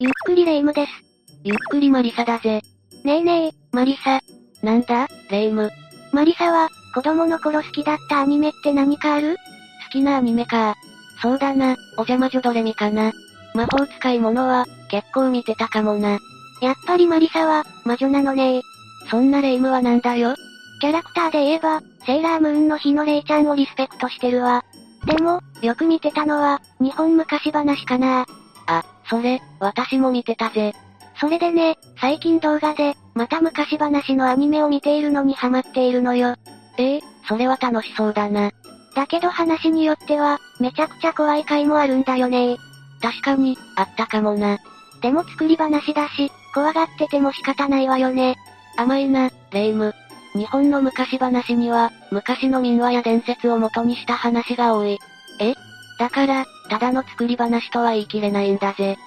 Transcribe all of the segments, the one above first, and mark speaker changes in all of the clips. Speaker 1: ゆっくりレ夢ムです。
Speaker 2: ゆっくりマリサだぜ。
Speaker 1: ねえねえ、マリサ。
Speaker 2: なんだ、レ夢ム。
Speaker 1: マリサは、子供の頃好きだったアニメって何かある
Speaker 2: 好きなアニメか。そうだな、お邪魔女ドレミかな。魔法使いものは、結構見てたかもな。
Speaker 1: やっぱりマリサは、魔女なのね
Speaker 2: そんなレ夢ムはなんだよ。
Speaker 1: キャラクターで言えば、セーラームーンの日のレイちゃんをリスペクトしてるわ。でも、よく見てたのは、日本昔話かな
Speaker 2: あ、それ、私も見てたぜ。
Speaker 1: それでね、最近動画で、また昔話のアニメを見ているのにハマっているのよ。
Speaker 2: ええそれは楽しそうだな。
Speaker 1: だけど話によっては、めちゃくちゃ怖い回もあるんだよね
Speaker 2: 確かに、あったかもな。
Speaker 1: でも作り話だし、怖がってても仕方ないわよね。
Speaker 2: 甘いな、レ夢ム。日本の昔話には、昔の民話や伝説を元にした話が多い。えだから、ただの作り話とは言い切れないんだぜ。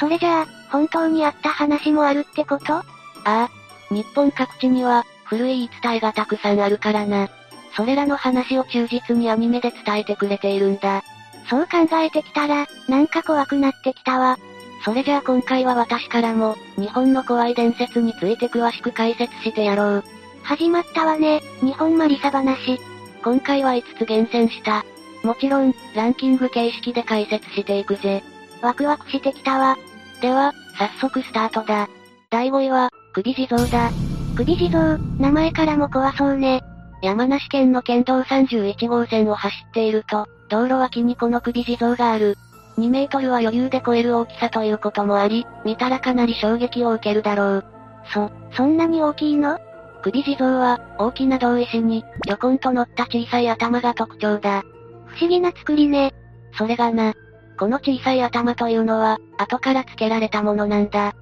Speaker 1: それじゃあ、本当にあった話もあるってこと
Speaker 2: ああ、日本各地には、古い言い伝えがたくさんあるからな。それらの話を忠実にアニメで伝えてくれているんだ。
Speaker 1: そう考えてきたら、なんか怖くなってきたわ。
Speaker 2: それじゃあ今回は私からも、日本の怖い伝説について詳しく解説してやろう。
Speaker 1: 始まったわね、日本マリサ話。
Speaker 2: 今回は5つ厳選した。もちろん、ランキング形式で解説していくぜ。
Speaker 1: ワクワクしてきたわ。
Speaker 2: では、早速スタートだ。第5位は、首地蔵だ。
Speaker 1: 首地蔵、名前からも怖そうね。
Speaker 2: 山梨県の県道31号線を走っていると、道路脇にこの首地蔵がある。2メートルは余裕で超える大きさということもあり、見たらかなり衝撃を受けるだろう。
Speaker 1: そ、そんなに大きいの
Speaker 2: 首地蔵は、大きな銅石に、ぴょこんと乗った小さい頭が特徴だ。
Speaker 1: 不思議な作りね。
Speaker 2: それがな。この小さい頭というのは、後から付けられたものなんだ。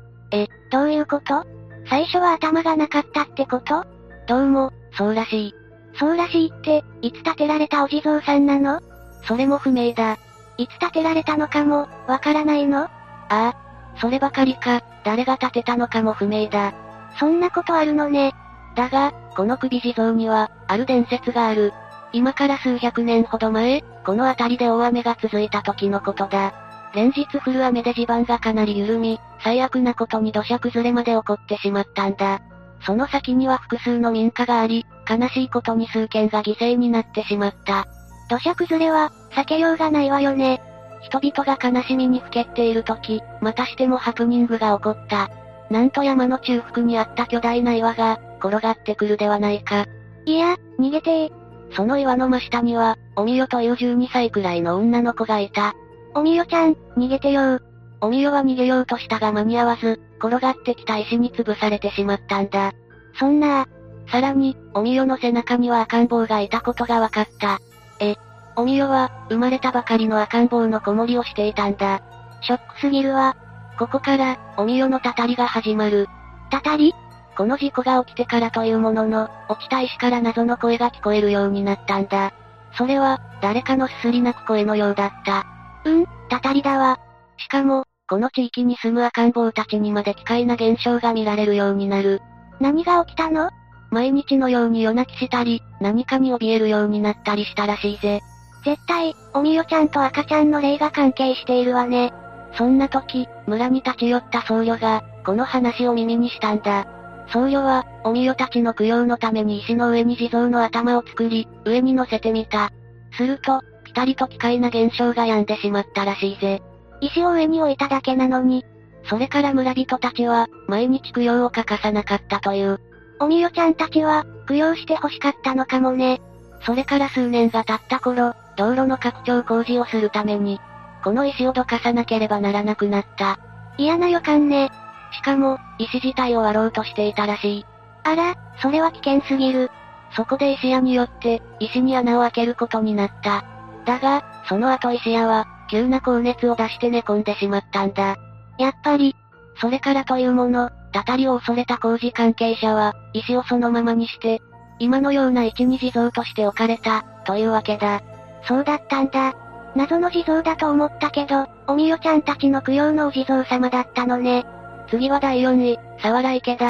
Speaker 1: どういうこと最初は頭がなかったってこと
Speaker 2: どうも、そうらしい。
Speaker 1: そうらしいって、いつ建てられたお地蔵さんなの
Speaker 2: それも不明だ。
Speaker 1: いつ建てられたのかも、わからないの
Speaker 2: ああ、そればかりか、誰が建てたのかも不明だ。
Speaker 1: そんなことあるのね。
Speaker 2: だが、この首地蔵には、ある伝説がある。今から数百年ほど前、この辺りで大雨が続いた時のことだ。連日降る雨で地盤がかなり緩み、最悪なことに土砂崩れまで起こってしまったんだ。その先には複数の民家があり、悲しいことに数件が犠牲になってしまった。
Speaker 1: 土砂崩れは、避けようがないわよね。
Speaker 2: 人々が悲しみにふけっている時、またしてもハプニングが起こった。なんと山の中腹にあった巨大な岩が、転がってくるではないか。
Speaker 1: いや、逃げてー。
Speaker 2: その岩の真下には、おみよという12歳くらいの女の子がいた。
Speaker 1: おみよちゃん、逃げてよー。
Speaker 2: おみよは逃げようとしたが間に合わず、転がってきた石に潰されてしまったんだ。
Speaker 1: そんな、
Speaker 2: さらに、おみよの背中には赤ん坊がいたことが分かった。え、おみよは、生まれたばかりの赤ん坊の子守りをしていたんだ。
Speaker 1: ショックすぎるわ。
Speaker 2: ここから、おみよのたたりが始まる。
Speaker 1: たたり
Speaker 2: この事故が起きてからというものの、落ちた石から謎の声が聞こえるようになったんだ。それは、誰かのすすり泣く声のようだった。
Speaker 1: うん、たたりだわ。
Speaker 2: しかも、この地域に住む赤ん坊たちにまで奇怪な現象が見られるようになる。
Speaker 1: 何が起きたの
Speaker 2: 毎日のように夜泣きしたり、何かに怯えるようになったりしたらしいぜ。
Speaker 1: 絶対、おみよちゃんと赤ちゃんの霊が関係しているわね。
Speaker 2: そんな時、村に立ち寄った僧侶が、この話を耳にしたんだ。僧侶は、おみよたちの供養のために石の上に地蔵の頭を作り、上に乗せてみた。すると、ピタリと奇怪な現象が病んでしまったらしいぜ。
Speaker 1: 石を上に置いただけなのに、
Speaker 2: それから村人たちは、毎日供養を欠かさなかったという。
Speaker 1: おみよちゃんたちは、供養して欲しかったのかもね。
Speaker 2: それから数年が経った頃、道路の拡張工事をするために、この石をどかさなければならなくなった。
Speaker 1: 嫌な予感ね。
Speaker 2: しかも、石自体を割ろうとしていたらしい。
Speaker 1: あら、それは危険すぎる。
Speaker 2: そこで石屋によって、石に穴を開けることになった。だが、その後石屋は、急な高熱を出して寝込んでしまったんだ。
Speaker 1: やっぱり、
Speaker 2: それからというもの、たたりを恐れた工事関係者は、石をそのままにして、今のような位置に地蔵として置かれた、というわけだ。
Speaker 1: そうだったんだ。謎の地蔵だと思ったけど、おみよちゃんたちの供養のお地蔵様だったのね。
Speaker 2: 次は第4位、沢良池だ。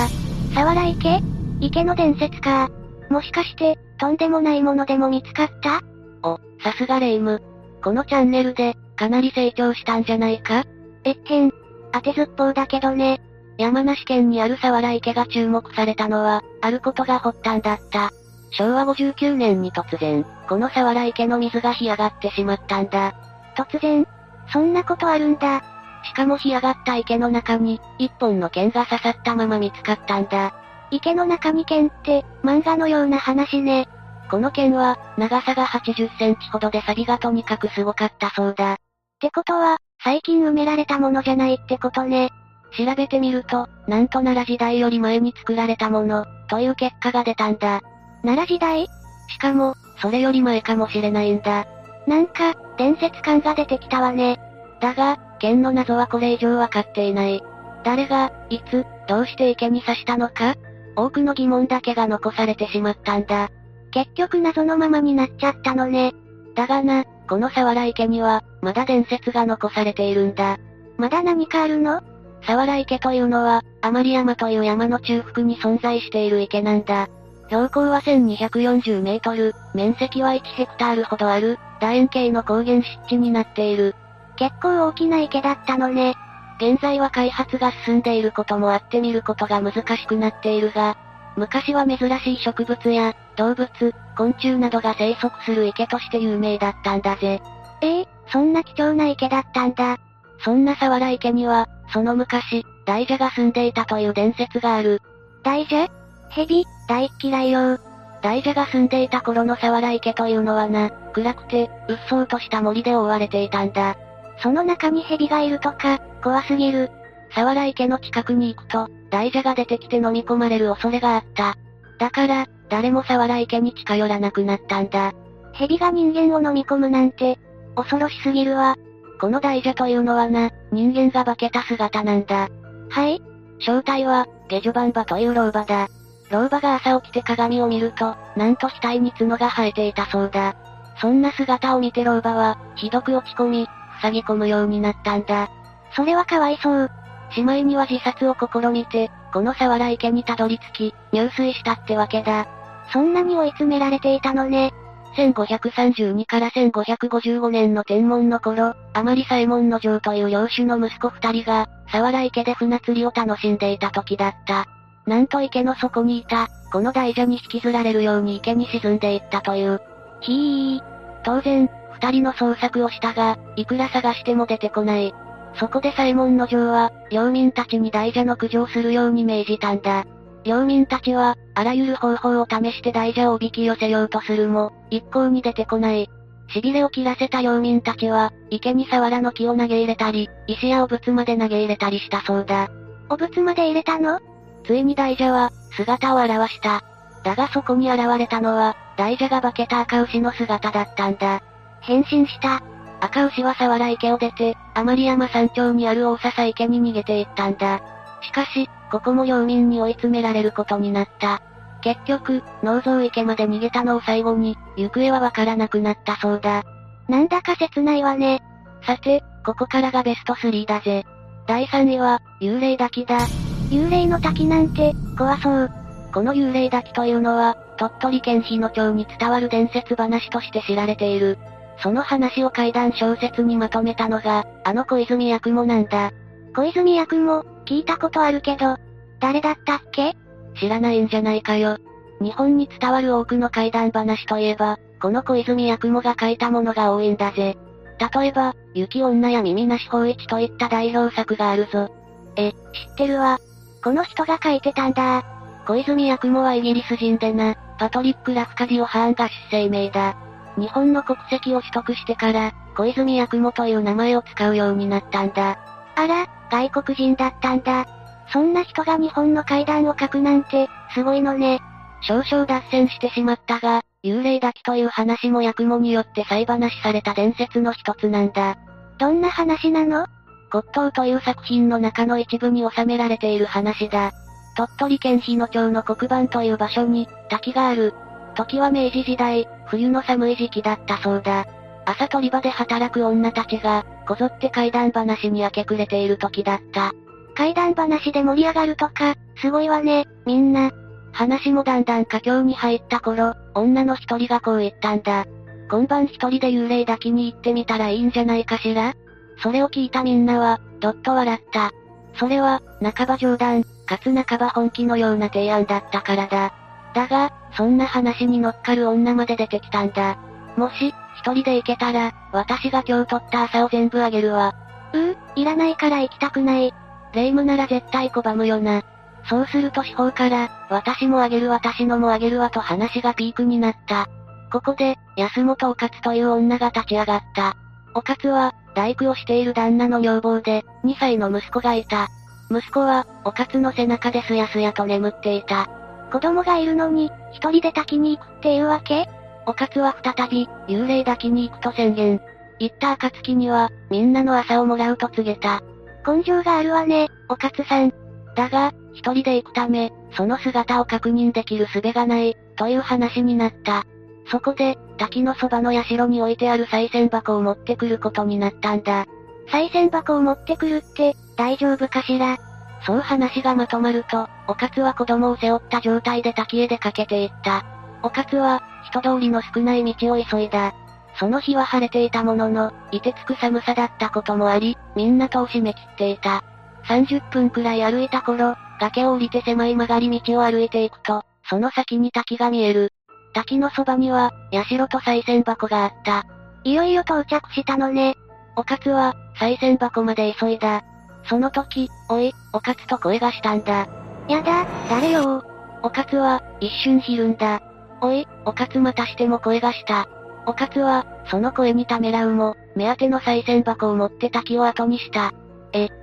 Speaker 1: さわら池池の伝説か。もしかして、とんでもないものでも見つかった
Speaker 2: お、さすがレイム。このチャンネルで、かなり成長したんじゃないか
Speaker 1: えっへん。当てずっぽうだけどね。
Speaker 2: 山梨県にある沢良池が注目されたのは、あることが発端だった。昭和59年に突然、この沢良池の水が干上がってしまったんだ。
Speaker 1: 突然。そんなことあるんだ。
Speaker 2: しかも干上がった池の中に、一本の剣が刺さったまま見つかったんだ。
Speaker 1: 池の中に剣って、漫画のような話ね。
Speaker 2: この剣は、長さが80センチほどで錆がとにかくすごかったそうだ。
Speaker 1: ってことは、最近埋められたものじゃないってことね。
Speaker 2: 調べてみると、なんと奈良時代より前に作られたもの、という結果が出たんだ。
Speaker 1: 奈良時代
Speaker 2: しかも、それより前かもしれないんだ。
Speaker 1: なんか、伝説感が出てきたわね。
Speaker 2: だが、剣の謎はこれ以上わかっていない。誰が、いつ、どうして池に刺したのか多くの疑問だけが残されてしまったんだ。
Speaker 1: 結局謎のままになっちゃったのね。
Speaker 2: だがな、この沢良池には、まだ伝説が残されているんだ。
Speaker 1: まだ何かあるの
Speaker 2: 沢良池というのは、余山という山の中腹に存在している池なんだ。標高は1240メートル、面積は1ヘクタールほどある、楕円形の高原湿地になっている。
Speaker 1: 結構大きな池だったのね。
Speaker 2: 現在は開発が進んでいることもあって見ることが難しくなっているが、昔は珍しい植物や動物、昆虫などが生息する池として有名だったんだぜ。
Speaker 1: ええそんな貴重な池だったんだ。
Speaker 2: そんな沢良池には、その昔、大蛇が住んでいたという伝説がある。
Speaker 1: 大蛇蛇、大嫌いよ。
Speaker 2: 大蛇が住んでいた頃の沢良池というのはな、暗くて、うっそうとした森で覆われていたんだ。
Speaker 1: その中に蛇がいるとか、怖すぎる。
Speaker 2: 沢良池の近くに行くと、大蛇が出てきて飲み込まれる恐れがあった。だから、誰も沢良池に近寄らなくなったんだ。
Speaker 1: 蛇が人間を飲み込むなんて、恐ろしすぎるわ。
Speaker 2: この大蛇というのはな、人間が化けた姿なんだ。
Speaker 1: はい
Speaker 2: 正体は、ゲジュバンバという老婆だ。老婆が朝起きて鏡を見ると、なんと額に角が生えていたそうだ。そんな姿を見て老婆は、ひどく落ち込み、塞ぎ込むようになったんだ。
Speaker 1: それはかわいそう。
Speaker 2: しまいには自殺を試みて、この沢良池にたどり着き、入水したってわけだ。
Speaker 1: そんなに追い詰められていたのね。
Speaker 2: 1532から1555年の天文の頃、あまり左衛門の城という領主の息子二人が、沢良池で船釣りを楽しんでいた時だった。なんと池の底にいた、この大蛇に引きずられるように池に沈んでいったという。ひー。当然、二人の捜索をしたが、いくら探しても出てこない。そこで左衛門の城は、領民たちに大蛇の駆除をするように命じたんだ。領民たちは、あらゆる方法を試して大蛇をおびき寄せようとするも、一向に出てこない。痺れを切らせた領民たちは、池に沢良の木を投げ入れたり、石やお仏まで投げ入れたりしたそうだ。
Speaker 1: お仏まで入れたの
Speaker 2: ついに大蛇は、姿を現した。だがそこに現れたのは、大蛇が化けた赤牛の姿だったんだ。
Speaker 1: 変身した。
Speaker 2: 赤牛は沢良池を出て、余山山頂にある大笹池に逃げていったんだ。しかし、ここも領民に追い詰められることになった。結局、農蔵池まで逃げたのを最後に、行方はわからなくなったそうだ。
Speaker 1: なんだか切ないわね。
Speaker 2: さて、ここからがベスト3だぜ。第3位は、幽霊滝だ。
Speaker 1: 幽霊の滝なんて、怖そう。
Speaker 2: この幽霊滝というのは、鳥取県日野町に伝わる伝説話として知られている。その話を怪談小説にまとめたのが、あの小泉役もなんだ。
Speaker 1: 小泉役も、聞いたことあるけど、誰だったっけ
Speaker 2: 知らないんじゃないかよ。日本に伝わる多くの怪談話といえば、この小泉八雲が書いたものが多いんだぜ。例えば、雪女や耳なし法一といった代表作があるぞ。
Speaker 1: え、知ってるわ。この人が書いてたんだ。
Speaker 2: 小泉八雲はイギリス人でな、パトリック・ラフカディオ・ハーンが出生名だ。日本の国籍を取得してから、小泉八雲という名前を使うようになったんだ。
Speaker 1: あら、外国人だったんだ。そんな人が日本の階段を書くなんて、すごいのね。
Speaker 2: 少々脱線してしまったが、幽霊滝という話も八雲によって再話された伝説の一つなんだ。
Speaker 1: どんな話なの
Speaker 2: 骨董という作品の中の一部に収められている話だ。鳥取県日野町の黒板という場所に、滝がある。時は明治時代、冬の寒い時期だったそうだ。朝鳥場で働く女たちが、こぞって怪談話に明け暮れている時だった。
Speaker 1: 階段話で盛り上がるとか、すごいわね、みんな。
Speaker 2: 話もだんだん佳境に入った頃、女の一人がこう言ったんだ。今晩一人で幽霊滝に行ってみたらいいんじゃないかしらそれを聞いたみんなは、どっと笑った。それは、半ば冗談、かつ半ば本気のような提案だったからだ。だが、そんな話に乗っかる女まで出てきたんだ。もし、一人で行けたら、私が今日取った朝を全部あげるわ。
Speaker 1: うう、いらないから行きたくない。
Speaker 2: 霊夢なら絶対拒むよな。そうすると司法から、私もあげる私のもあげるわと話がピークになった。ここで、安本おかつという女が立ち上がった。おかつは、大工をしている旦那の女房で、2歳の息子がいた。息子は、おかつの背中ですやすやと眠っていた。
Speaker 1: 子供がいるのに、一人で滝に行くっていうわけ
Speaker 2: おかつは再び、幽霊抱きに行くと宣言。行った暁には、みんなの朝をもらうと告げた。
Speaker 1: 根性があるわね。
Speaker 2: おかつさん。だが、一人で行くため、その姿を確認できる術がない、という話になった。そこで、滝のそばの社に置いてある賽銭箱を持ってくることになったんだ。
Speaker 1: 賽銭箱を持ってくるって、大丈夫かしら。
Speaker 2: そう話がまとまると、おかつは子供を背負った状態で滝へ出かけていった。おかつは、人通りの少ない道を急いだ。その日は晴れていたものの、凍てつく寒さだったこともあり、みんなとを締め切っていた。30分くらい歩いた頃、崖を降りて狭い曲がり道を歩いていくと、その先に滝が見える。滝のそばには、社と賽銭箱があった。
Speaker 1: いよいよ到着したのね。
Speaker 2: おかつは、賽銭箱まで急いだ。その時、おい、おかつと声がしたんだ。
Speaker 1: やだ、誰よ
Speaker 2: おかつは、一瞬ひるんだ。おい、おかつまたしても声がした。おかつは、その声にためらうも、目当ての賽銭箱を持って滝を後にした。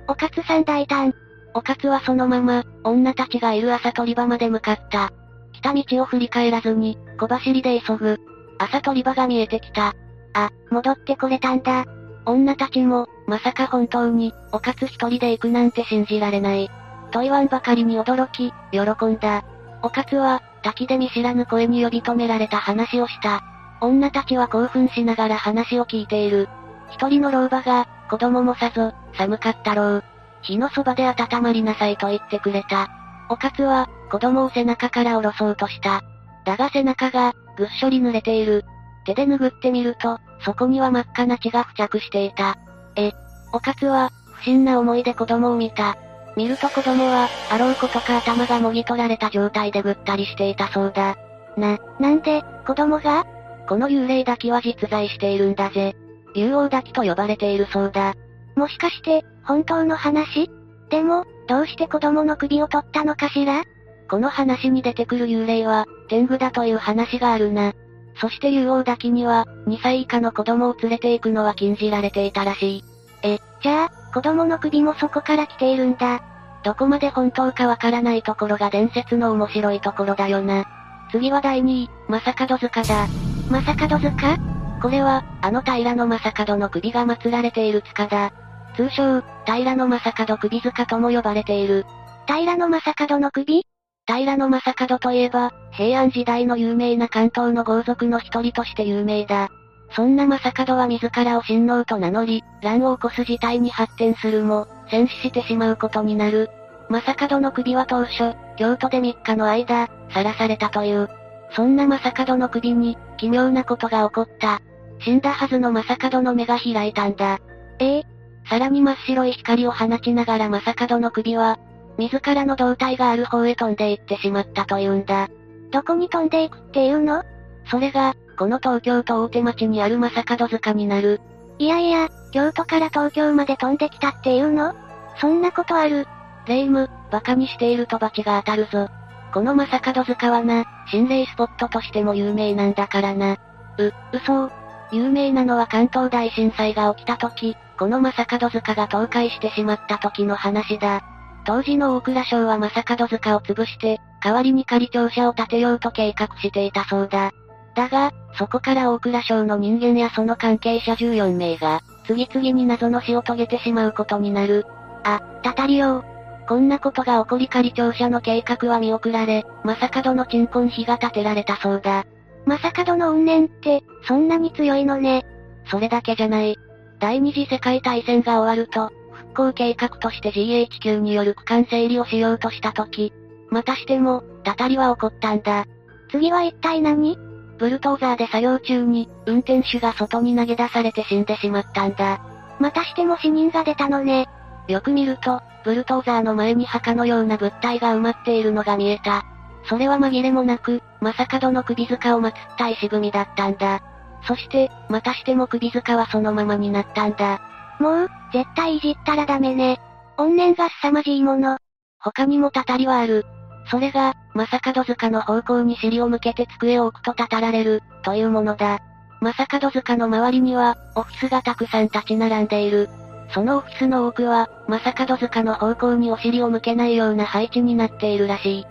Speaker 1: おかつさん大胆。
Speaker 2: おかつはそのまま、女たちがいる朝取り場まで向かった。来た道を振り返らずに、小走りで急ぐ。朝取り場が見えてきた。
Speaker 1: あ、戻ってこれたんだ。
Speaker 2: 女たちも、まさか本当に、おかつ一人で行くなんて信じられない。と言わんばかりに驚き、喜んだ。おかつは、滝で見知らぬ声に呼び止められた話をした。女たちは興奮しながら話を聞いている。一人の老婆が、子供もさぞ、寒かったろう。火のそばで温まりなさいと言ってくれた。おかつは、子供を背中から下ろそうとした。だが背中が、ぐっしょり濡れている。手で拭ってみると、そこには真っ赤な血が付着していた。え、おかつは、不審な思いで子供を見た。見ると子供は、あろうことか頭がもぎ取られた状態でぐったりしていたそうだ。
Speaker 1: なんで、子供が
Speaker 2: この幽霊滝は実在しているんだぜ。竜王滝と呼ばれているそうだ。
Speaker 1: もしかして、本当の話でも、どうして子供の首を取ったのかしら
Speaker 2: この話に出てくる幽霊は、天狗だという話があるな。そして竜王滝には、2歳以下の子供を連れて行くのは禁じられていたらしい。
Speaker 1: じゃあ、子供の首もそこから来ているんだ。
Speaker 2: どこまで本当かわからないところが伝説の面白いところだよな。次は第2位、正門塚だ。
Speaker 1: まさかどずか
Speaker 2: これは、あの平の正門の首が祀られている塚だ。通称、平の正門首塚とも呼ばれている。
Speaker 1: 平の正門の首
Speaker 2: 平の正門といえば、平安時代の有名な関東の豪族の一人として有名だ。そんな正門は自らを親王と名乗り、乱を起こす事態に発展するも、戦死してしまうことになる。正門の首は当初、京都で3日の間、さらされたという。そんな正門の首に、奇妙なことが起こった。死んだはずの正門の目が開いたんだ。
Speaker 1: ええ、
Speaker 2: さらに真っ白い光を放ちながら正門の首は、自らの胴体がある方へ飛んでいってしまったというんだ。
Speaker 1: どこに飛んでいくっていうの
Speaker 2: それが、この東京都大手町にある正門塚になる。
Speaker 1: いやいや、京都から東京まで飛んできたっていうのそんなことある。
Speaker 2: 霊夢、馬鹿にしていると罰が当たるぞ。この正門塚はな、心霊スポットとしても有名なんだからな。う、嘘。有名なのは関東大震災が起きた時、この正門塚が倒壊してしまった時の話だ。当時の大蔵省は正門塚を潰して、代わりに仮庁舎を建てようと計画していたそうだ。だが、そこから大蔵省の人間やその関係者14名が、次々に謎の死を遂げてしまうことになる。あ、たたりよう。こんなことが起こり仮庁舎の計画は見送られ、正門の鎮魂碑が建てられたそうだ。
Speaker 1: 正門の怨念って、そんなに強いのね。
Speaker 2: それだけじゃない。第二次世界大戦が終わると、復興計画として GHQ による区間整理をしようとした時、またしても、たたりは起こったんだ。
Speaker 1: 次は一体何
Speaker 2: ブルトーザーで作業中に、運転手が外に投げ出されて死んでしまったんだ。
Speaker 1: またしても死人が出たのね。
Speaker 2: よく見ると、ブルトーザーの前に墓のような物体が埋まっているのが見えた。それは紛れもなく、正門の首塚を祀った石組みだったんだ。そして、またしても首塚はそのままになったんだ。
Speaker 1: もう、絶対いじったらダメね。怨念が凄まじいもの。
Speaker 2: 他にもたたりはある。それが、正門塚の方向に尻を向けて机を置くとたたられる、というものだ。正門塚の周りには、オフィスがたくさん立ち並んでいる。そのオフィスの多くは、正門塚の方向にお尻を向けないような配置になっているらしい。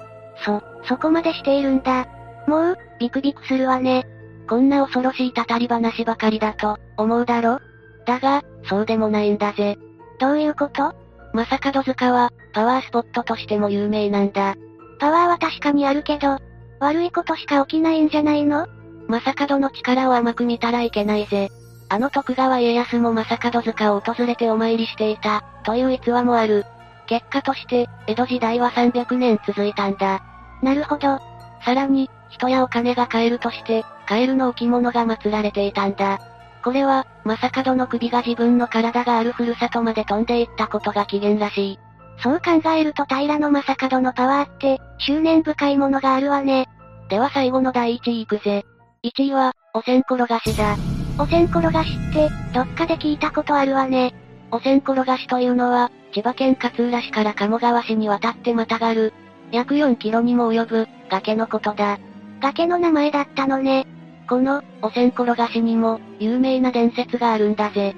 Speaker 1: そ、そこまでしているんだ。もう、ビクビクするわね。
Speaker 2: こんな恐ろしいたたり話ばかりだと、思うだろだが、そうでもないんだぜ。
Speaker 1: どういうこと
Speaker 2: 正門塚は、パワースポットとしても有名なんだ。
Speaker 1: パワーは確かにあるけど、悪いことしか起きないんじゃないの
Speaker 2: 正門の力を甘く見たらいけないぜ。あの徳川家康も正門塚を訪れてお参りしていた、という逸話もある。結果として、江戸時代は300年続いたんだ。
Speaker 1: なるほど。
Speaker 2: さらに、人やお金が買えるとして、カエルの置物が祀られていたんだ。これは、正門の首が自分の体があるふるさとまで飛んでいったことが起源らしい。
Speaker 1: そう考えると平の正門のパワーって、執念深いものがあるわね。
Speaker 2: では最後の第1位行くぜ。1位は、お線転がしだ。
Speaker 1: お線転がしって、どっかで聞いたことあるわね。
Speaker 2: お線転がしというのは、千葉県勝浦市から鴨川市に渡ってまたがる、約4キロにも及ぶ、崖のことだ。
Speaker 1: 崖の名前だったのね。
Speaker 2: この、お線転がしにも、有名な伝説があるんだぜ。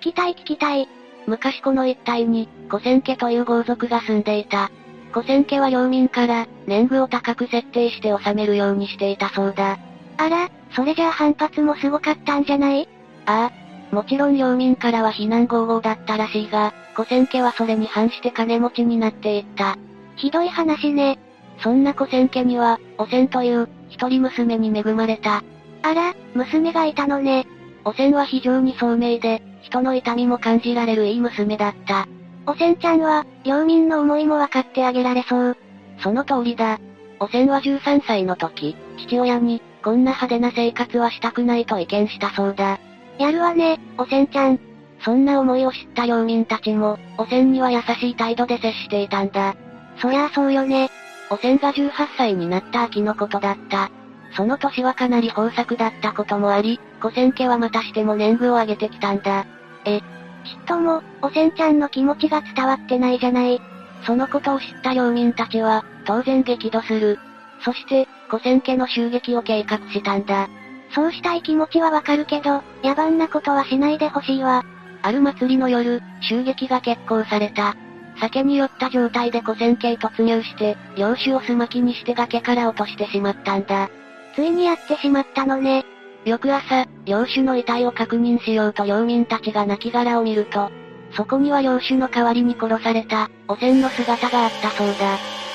Speaker 1: 聞きたい聞きたい。
Speaker 2: 昔この一帯に、古仙家という豪族が住んでいた。古仙家は領民から、年貢を高く設定して納めるようにしていたそうだ。
Speaker 1: あら、それじゃあ反発もすごかったんじゃない
Speaker 2: ああ、もちろん領民からは非難合々だったらしいが、古仙家はそれに反して金持ちになっていった。
Speaker 1: ひどい話ね。
Speaker 2: そんな古仙家には、お仙という、一人娘に恵まれた。
Speaker 1: あら、娘がいたのね。
Speaker 2: お仙は非常に聡明で、人の痛みも感じられるいい娘だった。
Speaker 1: おせんちゃんは、領民の思いも分かってあげられそう。
Speaker 2: その通りだ。お仙は13歳の時、父親に、こんな派手な生活はしたくないと意見したそうだ。
Speaker 1: やるわね、おせんちゃん。
Speaker 2: そんな思いを知った領民たちも、汚染には優しい態度で接していたんだ。
Speaker 1: そりゃあそうよね。
Speaker 2: 汚染が18歳になった秋のことだった。その年はかなり豊作だったこともあり、古仙家はまたしても年貢を上げてきたんだ。
Speaker 1: ちっとも、おせんちゃんの気持ちが伝わってないじゃない。
Speaker 2: そのことを知った領民たちは、当然激怒する。そして、古仙家の襲撃を計画したんだ。
Speaker 1: そうしたい気持ちはわかるけど、野蛮なことはしないでほしいわ。
Speaker 2: ある祭りの夜、襲撃が決行された。酒に酔った状態で古仙家へ突入して、領主をすまきにして崖から落としてしまったんだ。
Speaker 1: ついにやってしまったのね。
Speaker 2: 翌朝、領主の遺体を確認しようと領民たちが亡骸を見ると、そこには領主の代わりに殺された、汚染の姿があったそうだ。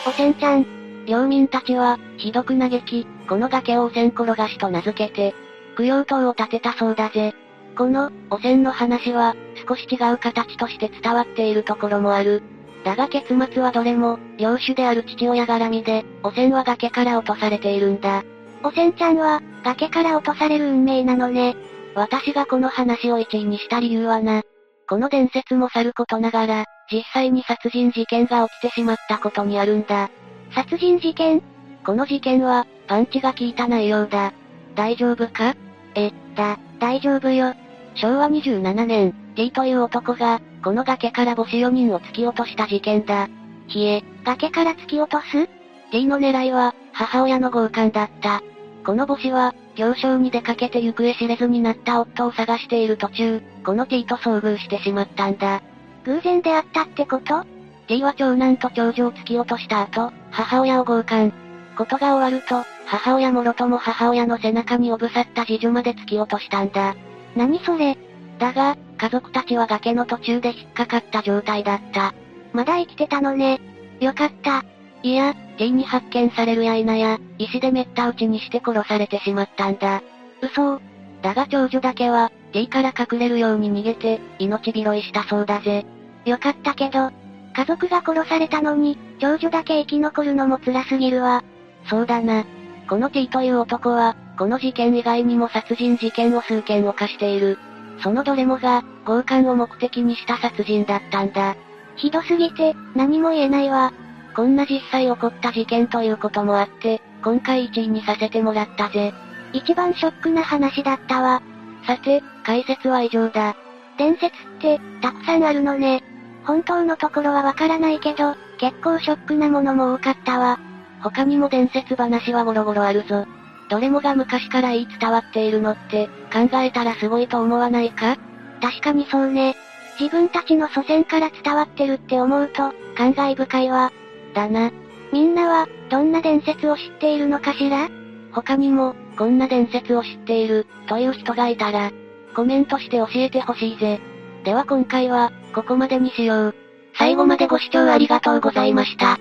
Speaker 1: おせんちゃん、
Speaker 2: 領民たちは、ひどく嘆き、この崖を汚染転がしと名付けて、供養塔を建てたそうだぜ。この、汚染の話は、少し違う形として伝わっているところもある。だが結末はどれも、領主である父親絡みで、汚染は崖から落とされているんだ。
Speaker 1: おせんちゃんは、崖から落とされる運命なのね。
Speaker 2: 私がこの話を1位にした理由はな。この伝説もさることながら、実際に殺人事件が起きてしまったことにあるんだ。
Speaker 1: 殺人事件
Speaker 2: この事件は、パンチが効いた内容だ。大丈夫か
Speaker 1: え、だ、大丈夫よ。
Speaker 2: 昭和27年、D という男が、この崖から母子4人を突き落とした事件だ。
Speaker 1: ひえ、崖から突き落とす
Speaker 2: D の狙いは、母親の強姦だった。この母子は、行商に出かけて行方知れずになった夫を探している途中、この T と遭遇してしまったんだ。
Speaker 1: 偶然出会ったってこと
Speaker 2: D は長男と長女を突き落とした後、母親を強姦。ことが終わると、母親もろとも母親の背中におぶさった次女まで突き落としたんだ。
Speaker 1: 何それ
Speaker 2: だが、家族たちは崖の途中で引っかかった状態だった。
Speaker 1: まだ生きてたのね。よかった。
Speaker 2: いや、D に発見されるや否や、石でめった打ちにして殺されてしまったんだ。
Speaker 1: 嘘。
Speaker 2: だが長女だけは、D から隠れるように逃げて、命拾いしたそうだぜ。
Speaker 1: よかったけど、家族が殺されたのに、長女だけ生き残るのも辛すぎるわ。
Speaker 2: そうだな。この T という男は、この事件以外にも殺人事件を数件犯している。そのどれもが、強姦を目的にした殺人だったんだ。
Speaker 1: ひどすぎて、何も言えないわ。
Speaker 2: こんな実際起こった事件ということもあって、今回1位にさせてもらったぜ。
Speaker 1: 一番ショックな話だったわ。
Speaker 2: さて、解説は以上だ。
Speaker 1: 伝説って、たくさんあるのね。本当のところはわからないけど、結構ショックなものも多かったわ。
Speaker 2: 他にも伝説話はゴロゴロあるぞ。どれもが昔から言い伝わっているのって、考えたらすごいと思わないか
Speaker 1: 確かにそうね。自分たちの祖先から伝わってるって思うと、感慨深いわ。
Speaker 2: だな。
Speaker 1: みんなは、どんな伝説を知っているのかしら
Speaker 2: 他にも、こんな伝説を知っている、という人がいたら、コメントして教えてほしいぜ。では今回は、ここまでにしよう。
Speaker 1: 最後までご視聴ありがとうございました。